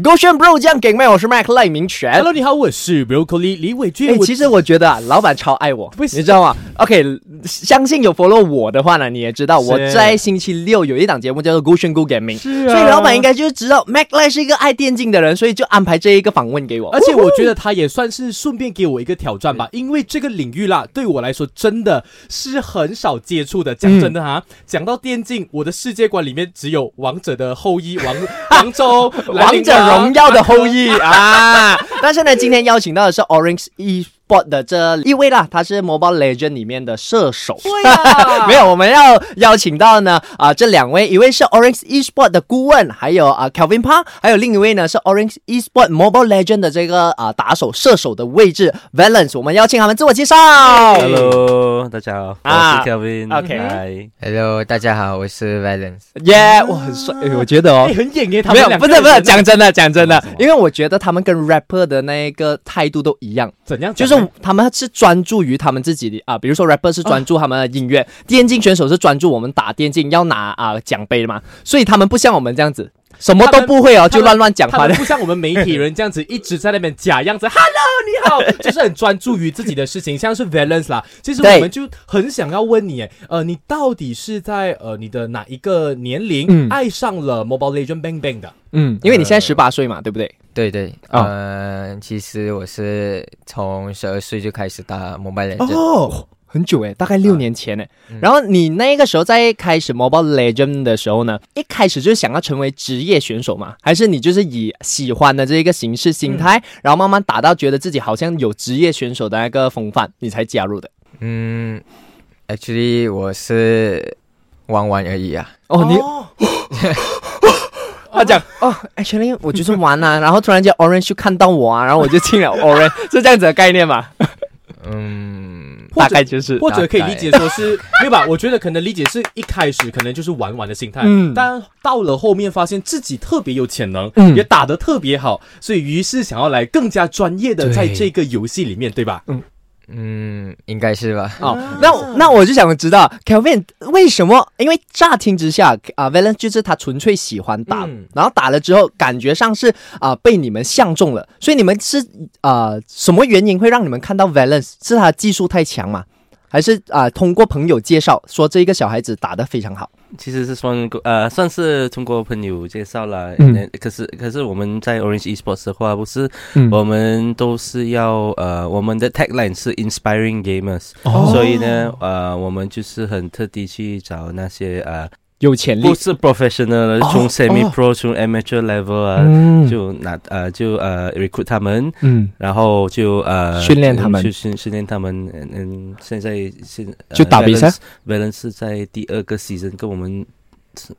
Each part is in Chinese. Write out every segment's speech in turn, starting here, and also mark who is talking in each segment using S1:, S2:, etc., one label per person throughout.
S1: Goshen Bro 酱给麦，我是 Mac 赖明权。
S2: Hello，你好，我是 Broccoli 李伟俊。
S1: 哎、其实我觉得啊，老板超爱我，你
S2: 为什
S1: 知道吗？OK，相信有 follow 我的话呢，你也知道我
S2: 是
S1: 在星期六有一档节目叫做《g o s h e n Go Gaming》，
S2: 是啊
S1: 所以老板应该就是知道 Mac 赖是一个爱电竞的人，所以就安排这一个访问给我。
S2: 而且我觉得他也算是顺便给我一个挑战
S1: 嗯
S2: 吧，因为这个领域啦，对我来说真的是很少接触的。
S1: 嗯
S2: 讲真的哈，讲到电竞，我的世界观里面只有《王者的后裔》王 王州、兰
S1: 王
S2: 陵
S1: 者
S2: 王
S1: 荣耀的后裔 啊！但是呢，今天邀请到的是 Orange Esport 的这一位啦，他是 Mobile Legend 里面的射手。
S2: 对 啊
S1: 没有，我们要邀请到呢啊、这两位，一位是 Orange Esport 的顾问，还有啊、Calvin p a 还有另一位呢是 Orange Esport Mobile Legend 的这个啊、打手射手的位置 Valence，我们邀请他们自我介绍。
S3: Hello，大家好，我
S1: 啊
S3: 是 Kevin。
S1: OK
S3: OK，
S4: Hello，大家好，我是 Valence。
S1: 耶，哇，很帅，哎我觉得哦
S2: 哎，，很演耶， 他
S1: 没
S2: 们
S1: 有，
S2: 两
S1: 不
S2: 个
S1: 是不是，
S2: 人
S1: 讲真的，讲真的
S2: 什么什么，
S1: 因为我觉得他们跟 rapper 的那个态度都一样，
S2: 怎样，
S1: 就是他们是专注于他们自己的啊，比如说 rapper 是专注他们的音乐，电竞选手是专注我们打电竞要拿啊奖杯的嘛，所以他们不像我们这样子，什么都不会哦，
S2: 他
S1: 就
S2: 们
S1: 乱乱讲
S2: 他
S1: 话
S2: 们
S1: 的。
S2: 不像我们媒体人这样子一直在那边假样子，Hello，你好， 就是很专注于自己的事情，像是 Valence 啦。其实
S1: 对
S2: 我们就很想要问你，哎呃，你到底是在呃你的哪一个年龄、
S1: 嗯
S2: 爱上了 Mobile Legend Bang Bang 的？
S1: 嗯，因为你现在十八岁嘛，对不对？
S4: 对对，
S1: 哦
S4: 呃，其实我是从十二岁就开始打 Mobile Legend，、
S2: 哦，
S1: 很久诶，大概六年前诶。然后你那个时候在开始 Mobile Legend 的时候呢，一开始就想要成为职业选手嘛？还是你就是以喜欢的这一个形式心态，然后慢慢打到觉得自己好像有职业选手的那个风范，你才加入的？
S4: 嗯，actually 我是玩玩而已啊。
S1: 哦，你他讲哦，actually 我就是玩啊， 然后突然间 Orange 就看到我啊，然后我就进了 Orange，是这 样子的概念嘛？
S4: 嗯，
S2: 或
S1: 大
S2: 者
S1: 概就是
S2: 或者可以
S4: 大概
S2: 理解 说是没有吧？我觉得可能理解是一开始可能就是玩玩的心态，
S1: 嗯
S2: 但到了后面发现自己特别有潜能，
S1: 嗯
S2: 也打得特别好，所以于是想要来更加专业的
S4: 对
S2: 在这个游戏里面，对吧？
S4: 嗯，应该是吧。
S1: 哦，那
S3: 嗯
S1: 我那我就想知道，Kevin 为什么？因为乍听之下啊、v a l e n c e 就是他纯粹喜欢打，
S2: 嗯
S1: 然后打了之后感觉上是啊、被你们相中了，所以你们是啊、什么原因会让你们看到 Valence？是他技术太强嘛？还是啊、通过朋友介绍说这个小孩子打得非常好？
S3: 其实是算过呃，算是中国朋友介绍啦。
S1: 嗯
S3: 嗯，可是可是我们在 Orange Esports 的话，不是、
S1: 嗯
S3: 我们都是要呃，我们的 tagline 是 Inspiring Gamers，、所
S1: 哦
S3: 以呢，呃，我们就是很特地去找那些呃，
S1: 有潜力
S3: 不，是 professional，、
S1: 哦
S3: 从 semi pro 从 amateur level 啊，
S1: 嗯
S3: 就拿呃就呃 recruit 他们，
S1: 嗯，
S3: 然后就呃
S1: 训练他们
S3: 去训训练他们。嗯嗯，现在现呃
S1: 就打比赛。
S3: Valen 是在第二个 season 跟我们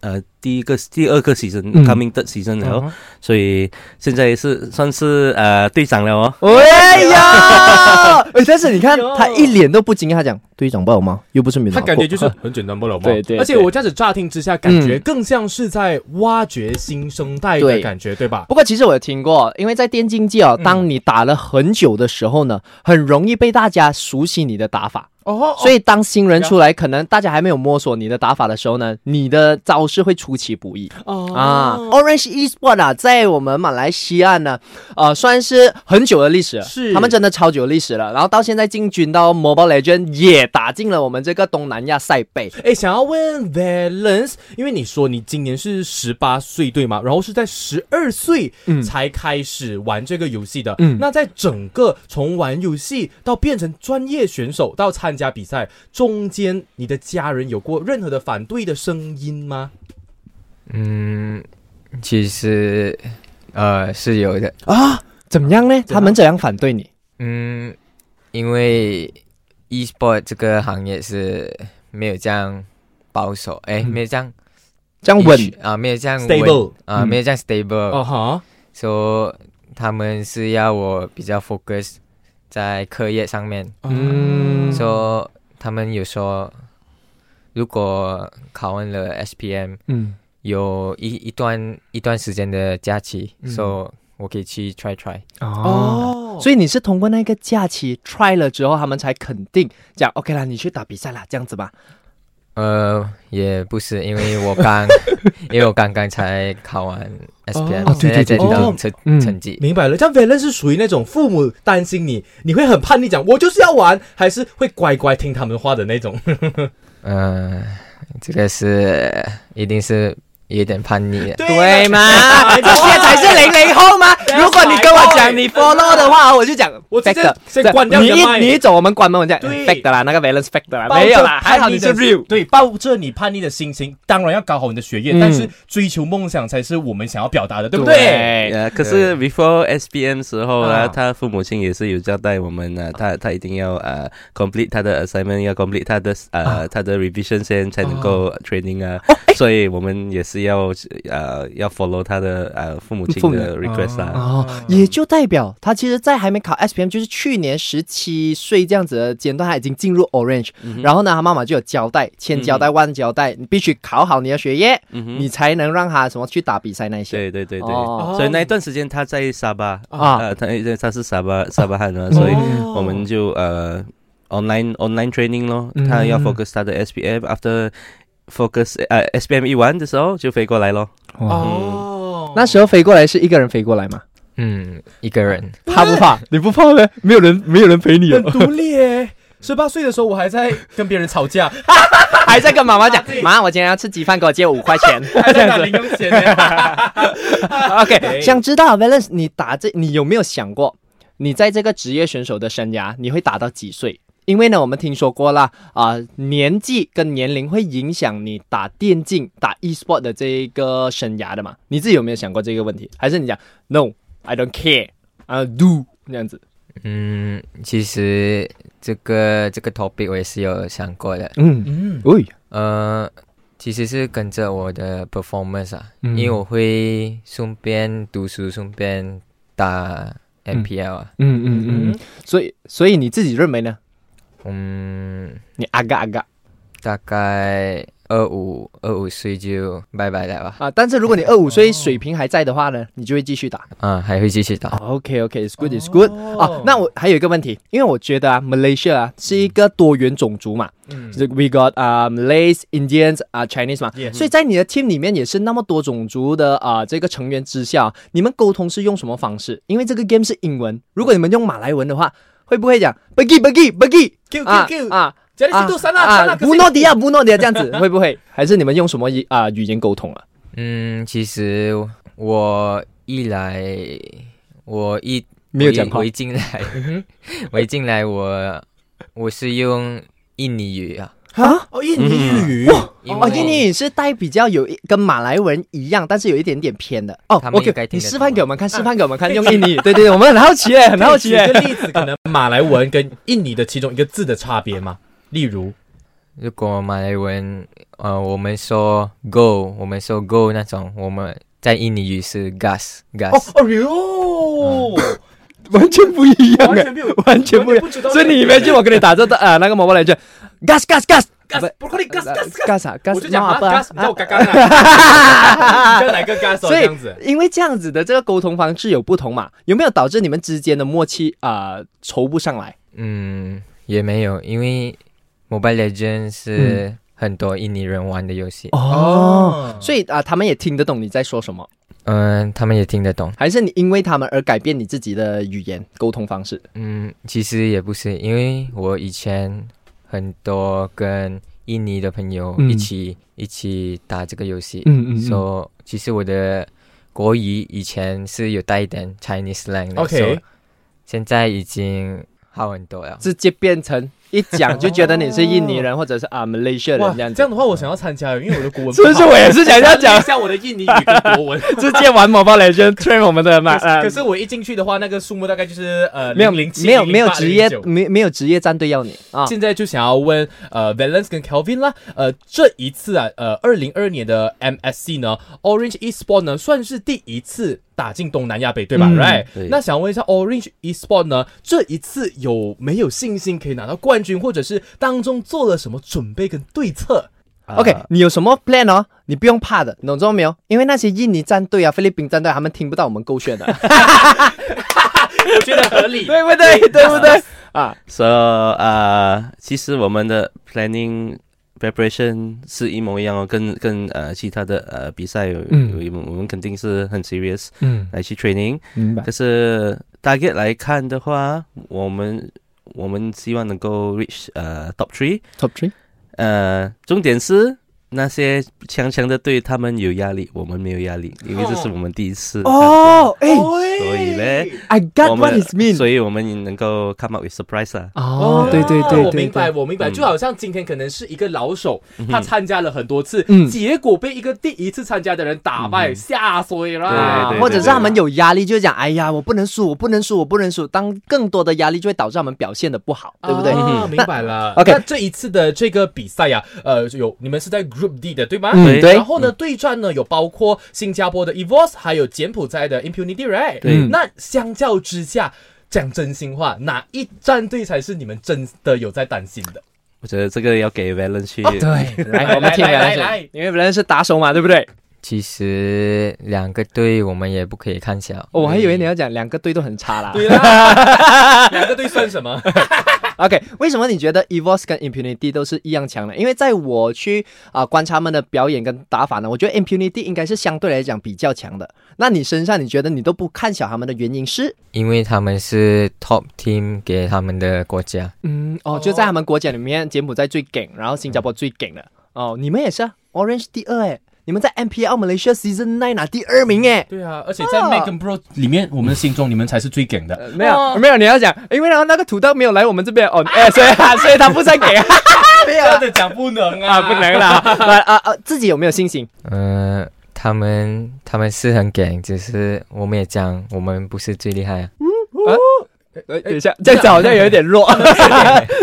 S3: 呃第一个第二个 season、
S1: 嗯
S3: coming third season 了、所以现在是算是呃队长了哦。
S1: 哎呀， 哎但是你看
S2: 哎呦
S1: 他一脸都不惊讶，他讲队长不好吗？又不是没
S2: 他
S1: 拿
S2: 感
S1: 过
S2: 觉 就是很简单不了嘛。
S1: 对对嗯
S2: 而且我这样子乍听之下，感觉更像是在挖掘新生代的
S1: 对
S2: 感觉，对吧？
S1: 不过其实我有听过，因为在电竞界哦，当你打了很久的时候呢，很容易被大家熟悉你的打法。
S2: 哦
S1: 所以当新人出来，可能大家还没有摸索你的打法的时候呢，你的招式会出其不意
S2: 哦
S1: 啊。Orange Esport 啊，在我们马来西亚呢，呃，算是很久的历史了，
S2: 是
S1: 他们真的超久的历史了。然后到现在进军到 Mobile Legend，也打进了我们这个东南亚赛杯。
S2: 哎，想要问 Valence，因为你说你今年是十八岁对吗？然后是在十二岁
S1: 嗯
S2: 才开始玩这个游戏的。
S1: 嗯
S2: 那在整个从玩游戏到变成专业选手到参加比赛中间，你的家人有过任何的反对的声音吗？
S4: 嗯，其实呃是有的。
S1: 啊，怎么样呢？他们怎样反对你？
S4: 嗯，因为 e-sport 这个行业是没有这样保守，哎，没有这样
S1: 嗯这样
S4: 一
S1: 稳
S4: 去啊，没有这样稳
S2: Stable
S4: 啊，
S1: 嗯
S4: 没有这样 stable。
S2: 哦哈，
S4: 说他们是要我比较 focus 在课业上面，
S1: 嗯
S4: 说、他们有说，如果考完了 SPM，
S1: 嗯。
S4: 有一一段一段时间的假期，
S1: 嗯
S4: 说、我可以去 try try。
S2: 哦，
S1: 所以你是通过那个假期 try 了之后，他们才肯定讲 OK 啦，你去打比赛啦，这样子吧。
S4: 呃，也不是，因为我 刚，因为我刚刚才考完 S P M，、
S2: 哦
S4: 现在在
S2: 对对对对
S4: 等成、
S1: 嗯
S4: 成绩。
S2: 明白了，像 Valen 是属于那种父母担心你，你会很叛逆讲我就是要玩，还是会乖乖听他们话的那种？
S4: 嗯、这个是一定是有点叛逆的。
S1: 对吗？啊
S2: 哎
S1: 哦这些才是零零后吗？如果你跟我讲你 follow 的话，我就讲
S2: 我直
S1: fact
S2: 接
S1: 的
S2: 先
S1: 对
S2: 关掉
S1: 你
S2: 你的
S1: 一
S2: 麦
S1: 你一走，我们关门，我讲
S2: 对
S1: fact 的啦，那个 balance fact 的啦，
S2: 抱着
S1: 没有啦，还好
S2: 叛逆
S1: 你
S2: 的
S1: 是 real。
S2: 对，抱着你叛逆的心情，当然要搞好你的学业，
S1: 嗯
S2: 但是追求梦想才是我们想要表达的，对不对？
S1: 对，
S3: 呃，可是 before SPM 时候
S2: 啊
S3: 呢，他父母亲也是有交代我们
S1: 啊
S3: 呢，他他一定要呃 complete 他的 assignment，要 complete 他的
S1: 啊
S3: 呃他的 revision 先才能够 training 啊，
S1: Oh,
S3: 所以我们也是要呃要 follow 他的呃父母
S1: 父
S3: 亲
S1: 母
S3: 的 request 啊啦。
S1: 哦，也就代表他其实，在还没考 S P M，就是去年十七岁这样子的阶段，他已经进入 Orange，、然
S3: 嗯
S1: 后呢，他妈妈就有交代，千交代万交代，你必须考好你的学业，
S3: 嗯哼
S1: 你才能让他什么去打比赛那些。
S3: 对对对对，
S1: 哦
S3: 所以那一段时间他在沙巴
S1: 啊
S3: 呃，他他是沙巴沙巴汉嘛，所以
S2: 哦
S3: 我们就呃 online online training 咯，
S1: 嗯
S3: 他要 focus 他的 SPM after。focus 呃 SPM 一完的时候就飞过来咯。
S2: 哦，
S1: 那时候飞过来是一个人飞过来吗？
S4: 嗯，一个人，
S1: 怕不 怕？你不怕呗？没有人，没有人陪你啊
S2: 很独立耶。十八岁的时候，我还在跟别人吵架，
S1: 还在跟妈妈
S3: 啊
S1: 讲，妈，我今天要吃鸡饭，给我借五块钱。
S2: 还在拿零用钱呢。
S1: OK，想知道 Valence，你打这，你有没有想过，你在这个职业选手的生涯，你会打到几岁？因为呢，我们听说过啦，啊、年纪跟年龄会影响你打电竞、打 e-sport 的这一个生涯的嘛。你自己有没有想过这个问题？还是你讲 No，I don't care，I do 这样子？
S4: 嗯，其实这个这个 topic 我也是有想过的。
S1: 嗯，
S2: 嗯，
S1: 喂，
S4: 呃，其实是跟着我的 performance 啊，
S1: 嗯
S4: 因为我会顺便读书，顺便打 MPL 啊。
S1: 嗯嗯嗯，所以所以你自己认为呢？
S4: 嗯，
S1: 你啊嘎啊嘎
S4: 大概二五二五岁就拜拜了吧。
S1: 啊！但是如果你二五岁水平还在的话呢，你就会继续打。
S4: 啊，还会继续打。
S1: OK OK，it's good it's good、啊。
S2: 哦
S1: 那我还有一个问题，因为我觉得啊，Malaysia 啊是一个多元种族嘛，
S2: 嗯
S1: 就是 we got 啊、Malays、Indians 啊、Chinese 嘛
S2: Yes
S1: 所以在你的 team 里面也是那么多种族的啊、这个成员之下，你们沟通是用什么方式？因为这个 game 是英文，如果你们用马来文的话，会不会讲 bagi bagi bagi
S2: Q Q
S1: 啊
S2: Q，
S1: 啊
S2: 加里西杜三啊，三
S1: 啊
S2: 啊，
S1: 布诺迪亚布诺迪亚这样子会不会？还是你们用什么语啊、语言沟通啊？
S4: 嗯，其实我一来，我一
S1: 没有讲
S4: 我
S1: 话嗯
S4: 一我一进来， 我一进来我我是用印尼语啊，
S1: 啊？
S2: 哦，印尼语，
S4: 因
S1: 哦，
S4: 为
S1: 印尼语是带比较有一跟马来文一样，但是有一点点偏的哦
S4: 他。们应该
S1: OK，
S4: 听
S1: 你
S4: 得
S1: 示
S4: 懂
S1: 范
S4: 吧
S1: 给我们看，示范给我们 看，用印尼语。对对对，我们很好奇哎，很好奇
S2: 可以
S1: 哎。
S2: 举个例子，可 能马来文跟印尼的其中一个字的差别嘛，例如
S4: 如果马来文，呃，我们说 go，我们说 go 那种，我们在印尼语是 gas gas，、
S2: 哦哟，
S1: 完全不一样
S2: 完
S1: 哎
S2: 全，没有，
S1: 嗯 完全不一
S2: 完全不知
S1: 样。
S2: 道
S1: 所以你没去我跟你打这的呃那个毛毛来着，gas gas gas 不
S2: 不可以 gas gas gas，
S1: gas 啊 gas，
S2: 我就讲
S1: 啊
S2: 啊 gas，你叫我嘎嘎 啦，你叫哪个 gas 哦
S1: 所
S2: 这
S1: 以
S2: 样子，，
S1: 因为这样子的这个沟通方式有不同嘛，有没有导致你们之间的默契啊、呃、筹不上来？
S4: 嗯，也没有，因为 Mobile Legend 是很多印尼人玩的游戏，
S1: 哦，所以啊、他们也听得懂你在说什么，
S4: 嗯、他们也听得懂。
S1: 还是你因为他们而改变你自己的语言沟通方式？
S4: 嗯，其实也不是，因为我以前很多跟印尼的朋友
S1: 嗯
S4: 一起、一起打这个游戏，
S1: 嗯嗯嗯
S4: 说、其实我的国语以前是有带一点 Chinese slang 的
S2: OK
S4: ，so 现在已经好很多了。
S1: 直接变成一讲就觉得你是印尼人或者是啊 Malaysia
S2: 哇，
S1: 人这样
S2: 这
S1: 子
S2: 样。的话，我想要参加，因为我的国文
S1: 是不是我也是想要
S2: 讲一
S1: 讲，
S2: 下 我的印尼语跟国 文。
S1: 直接玩 Mobile Legend train 我们的 嘛？啊
S2: 可是我一进去的话，那个数目大概就是呃
S1: 没有
S2: 零七
S1: 没有没有职业。
S2: 008 009
S1: 没没有职业战队要你啊
S2: 现在就想要问呃 Valence 跟 Kelvin 啦，呃这一次啊，呃二零二年的 MSC 呢，Orange Esport 呢算是第一次打进东南亚杯对吧、
S1: 嗯
S2: r i g h t
S3: 对
S2: 那想问一下 Orange Esport 呢，这一次有没有信心可以拿到冠军，或者是当中做了什么准备跟对策？
S1: 啊
S3: 啊
S1: ？OK，你有什么 plan 哦？你不用怕的，懂中没有？因为那些印尼战队啊、菲律宾战队，他们听不到我们勾选的，
S2: 我觉得合 理。
S1: 对不对？对不对？啊，
S3: 呃 So 啊、其实我们的 planning preparation 是一模一样哦，跟跟呃其他的呃比赛有，
S1: 嗯
S3: 有一我们肯定是很 serious
S1: 嗯，
S3: 来去 training。
S1: 明白
S3: 可。是 target 来看的话，我们我们希望能够 reach 呃 top three。
S1: Top three，
S3: 呃，重点是那些强强的队，他们有压力，我们没有压力，因为这是我们第一次。
S1: 哦，哎
S3: 所以嘞，
S1: ，I
S3: 我
S1: got
S3: 们
S1: what is mean。
S3: 所以我们能够 come up with surprise 啊。
S1: 哦，对对对
S2: 我
S1: 对
S2: 明白，
S1: 对，
S2: 我明白，
S3: 嗯
S2: 就好像今天可能是一个老手，他参加了很多次，
S1: 嗯
S2: 结果被一个第一次参加的人打败，吓碎
S3: 对
S2: 了。
S3: 对
S1: 啊或者是他们有压力，就是讲，哎呀，我不能输，我不能输，我不能输。当更多的压力就会导致他们表现的不好，对不
S3: 嗯
S1: 对？
S2: 啊明白了。
S1: OK
S2: 那这一次的这个比赛呀、呃，有你们是在 Group D 的对吗？
S1: 嗯对
S2: 然后呢，对战呢有包括新加坡的 Evos，还有柬埔寨的 Impunity，right？
S1: 对
S2: 那相较之下。讲真心话，哪一战队才是你们真的有在担心的？
S3: 我觉得这个要给 Valen 去。
S1: 哦对，哎
S2: 来
S1: 来，我们听
S2: 哎来来
S1: Valen
S2: 来
S1: 是，因为 Valen 是打手嘛，对不对？
S4: 其实两个队我们也不可以看小。
S1: 哦我还以为你要讲两个队都很差啦。
S2: 嗯对啦， 两个队算什么？
S1: OK，为什么你觉得 Evos 跟 Impunity 都是一样强的？因为在我去啊、观察他们的表演跟打法呢，我觉得 Impunity 应该是相对来讲比较强的。那你身上你觉得你都不看小他们的原因是？
S4: 因为他们是 top team 给他们的国家，
S1: 嗯，哦，
S2: 哦
S1: 就在他们国家里面，柬埔寨最梗，然后新加坡最梗的。哦，你们也是啊，Orange 第二哎，你们在 MPL Malaysia Season Nine 拿第二名哎。
S2: 对啊，而且在 Make and Bro 里面，我们的心中你们才是最梗的。
S1: 没有、
S2: 哦
S1: 没有，你要讲，因为然后那个土豆没有来我们这边哦，哎、所以、 所以他不再给啊， 没有
S2: 这样
S1: 啊
S2: 子讲不能啊，
S1: 啊，不 能啦， 啊啊啊，自己有没有信心？
S4: 呃，他们他们是很敢，只是我们也讲我们不是最厉害啊。
S1: 哎等一下，这样子好像有一点 弱啊！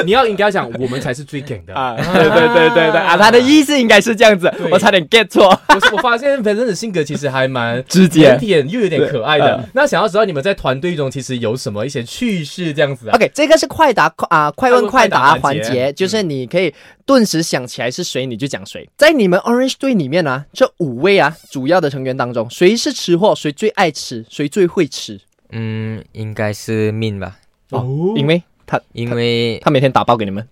S2: 你要应该讲，我们才是最梗的。
S1: 对对对对对啊！他的意思应该是这样子
S2: 对，
S1: 我差点 get 错，。
S2: 我是我发现 v a l e n 的性格其实还 蛮
S1: 直
S2: 腼
S1: 接。
S2: 腆又有点可爱的，那想要知道你们在团队中其实有什么一些趣事这样子啊？
S1: OK，这个是快答快啊、快问快答
S2: 快问快答
S1: 环
S2: 环
S1: 节，嗯
S2: 节
S1: 就是你可以顿时想起来是谁你就讲谁。在你们 Orange 队里面啊，这五位啊主要的成员当中，谁是吃货，谁最爱吃，谁最会吃？
S4: 嗯，应该是命吧，
S2: 哦
S1: 因为他
S4: 因为
S1: 他每天打包给你们。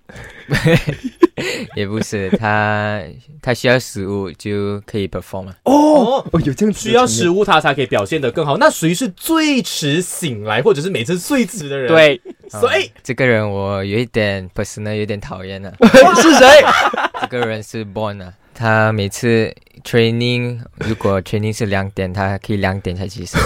S4: 也不是他他需要食物就可以 perform 啊了。
S2: 哦，
S1: 哦，有这样
S2: 需要食物他才可以表现得更好。那谁是最迟醒来，或者是每次最迟的人？，
S1: 对，
S2: 所以哎
S4: 这个人我有一点 personal 有点讨 厌啊。
S1: 是谁？
S4: 这个人是 Born 啊，他每次 training 如果 training 是两点，他可以两点 才起身。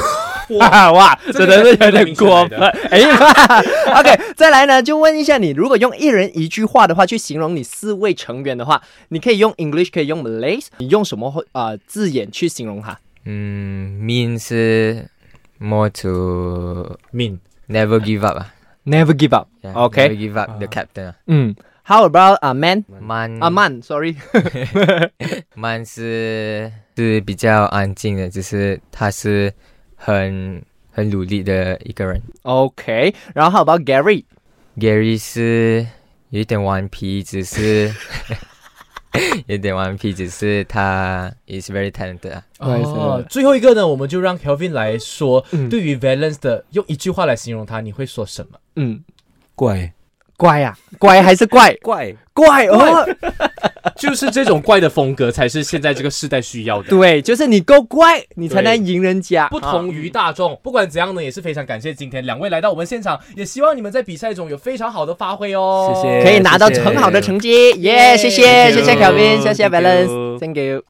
S1: 哇哇，
S2: 这个
S1: 真的是
S2: 是
S1: 有
S2: 那个
S1: 点
S2: 明显来
S1: 过
S2: 的
S1: 分。哎呀 ，OK，再来呢，就问一下你，如果用一人一句话的话去形容你四位成员的话，你可以用 English，可以用 Malay，你用什么会呃字眼去形容它？
S4: 嗯，mean 是 more to
S2: min
S4: never give up 啊。
S1: Never give up.
S4: Yeah,
S1: Okay.
S4: never give up the captain 啊。
S1: 嗯，How about a man？
S4: 慢
S1: 啊，man，sorry。
S4: 慢是是比较安静的，只是他是很很努力的一个人。
S1: OK，然后 How about Gary？
S4: Gary 是有一点顽皮，只是 有点顽皮，只是他 is very talented 啊。
S2: 哦，最后一个呢，我们就让 Kelvin 来说，
S1: 嗯
S2: 对于 Valence 的用一句话来形容他，你会说什么？
S1: 嗯，
S3: 怪
S1: 乖呀，乖还是啊怪？
S3: 怪，
S1: 怪哦，
S2: 就是这种怪的风格才是现在这个时代需要的。
S1: 对，就是你够乖，你才能赢人家。
S2: 不同于大
S3: 啊嗯
S2: 众。不管怎样呢，也是非常感谢今天两位来到我们现场，也希望你们在比赛中有非常好的发挥哦。
S3: 谢谢
S1: 可以拿到
S3: 谢谢
S1: 很好的成绩，耶！谢谢，
S2: Thank
S1: 谢
S2: you
S1: 谢 Kelvin，谢谢
S3: Thank you
S1: Balance，Thank you。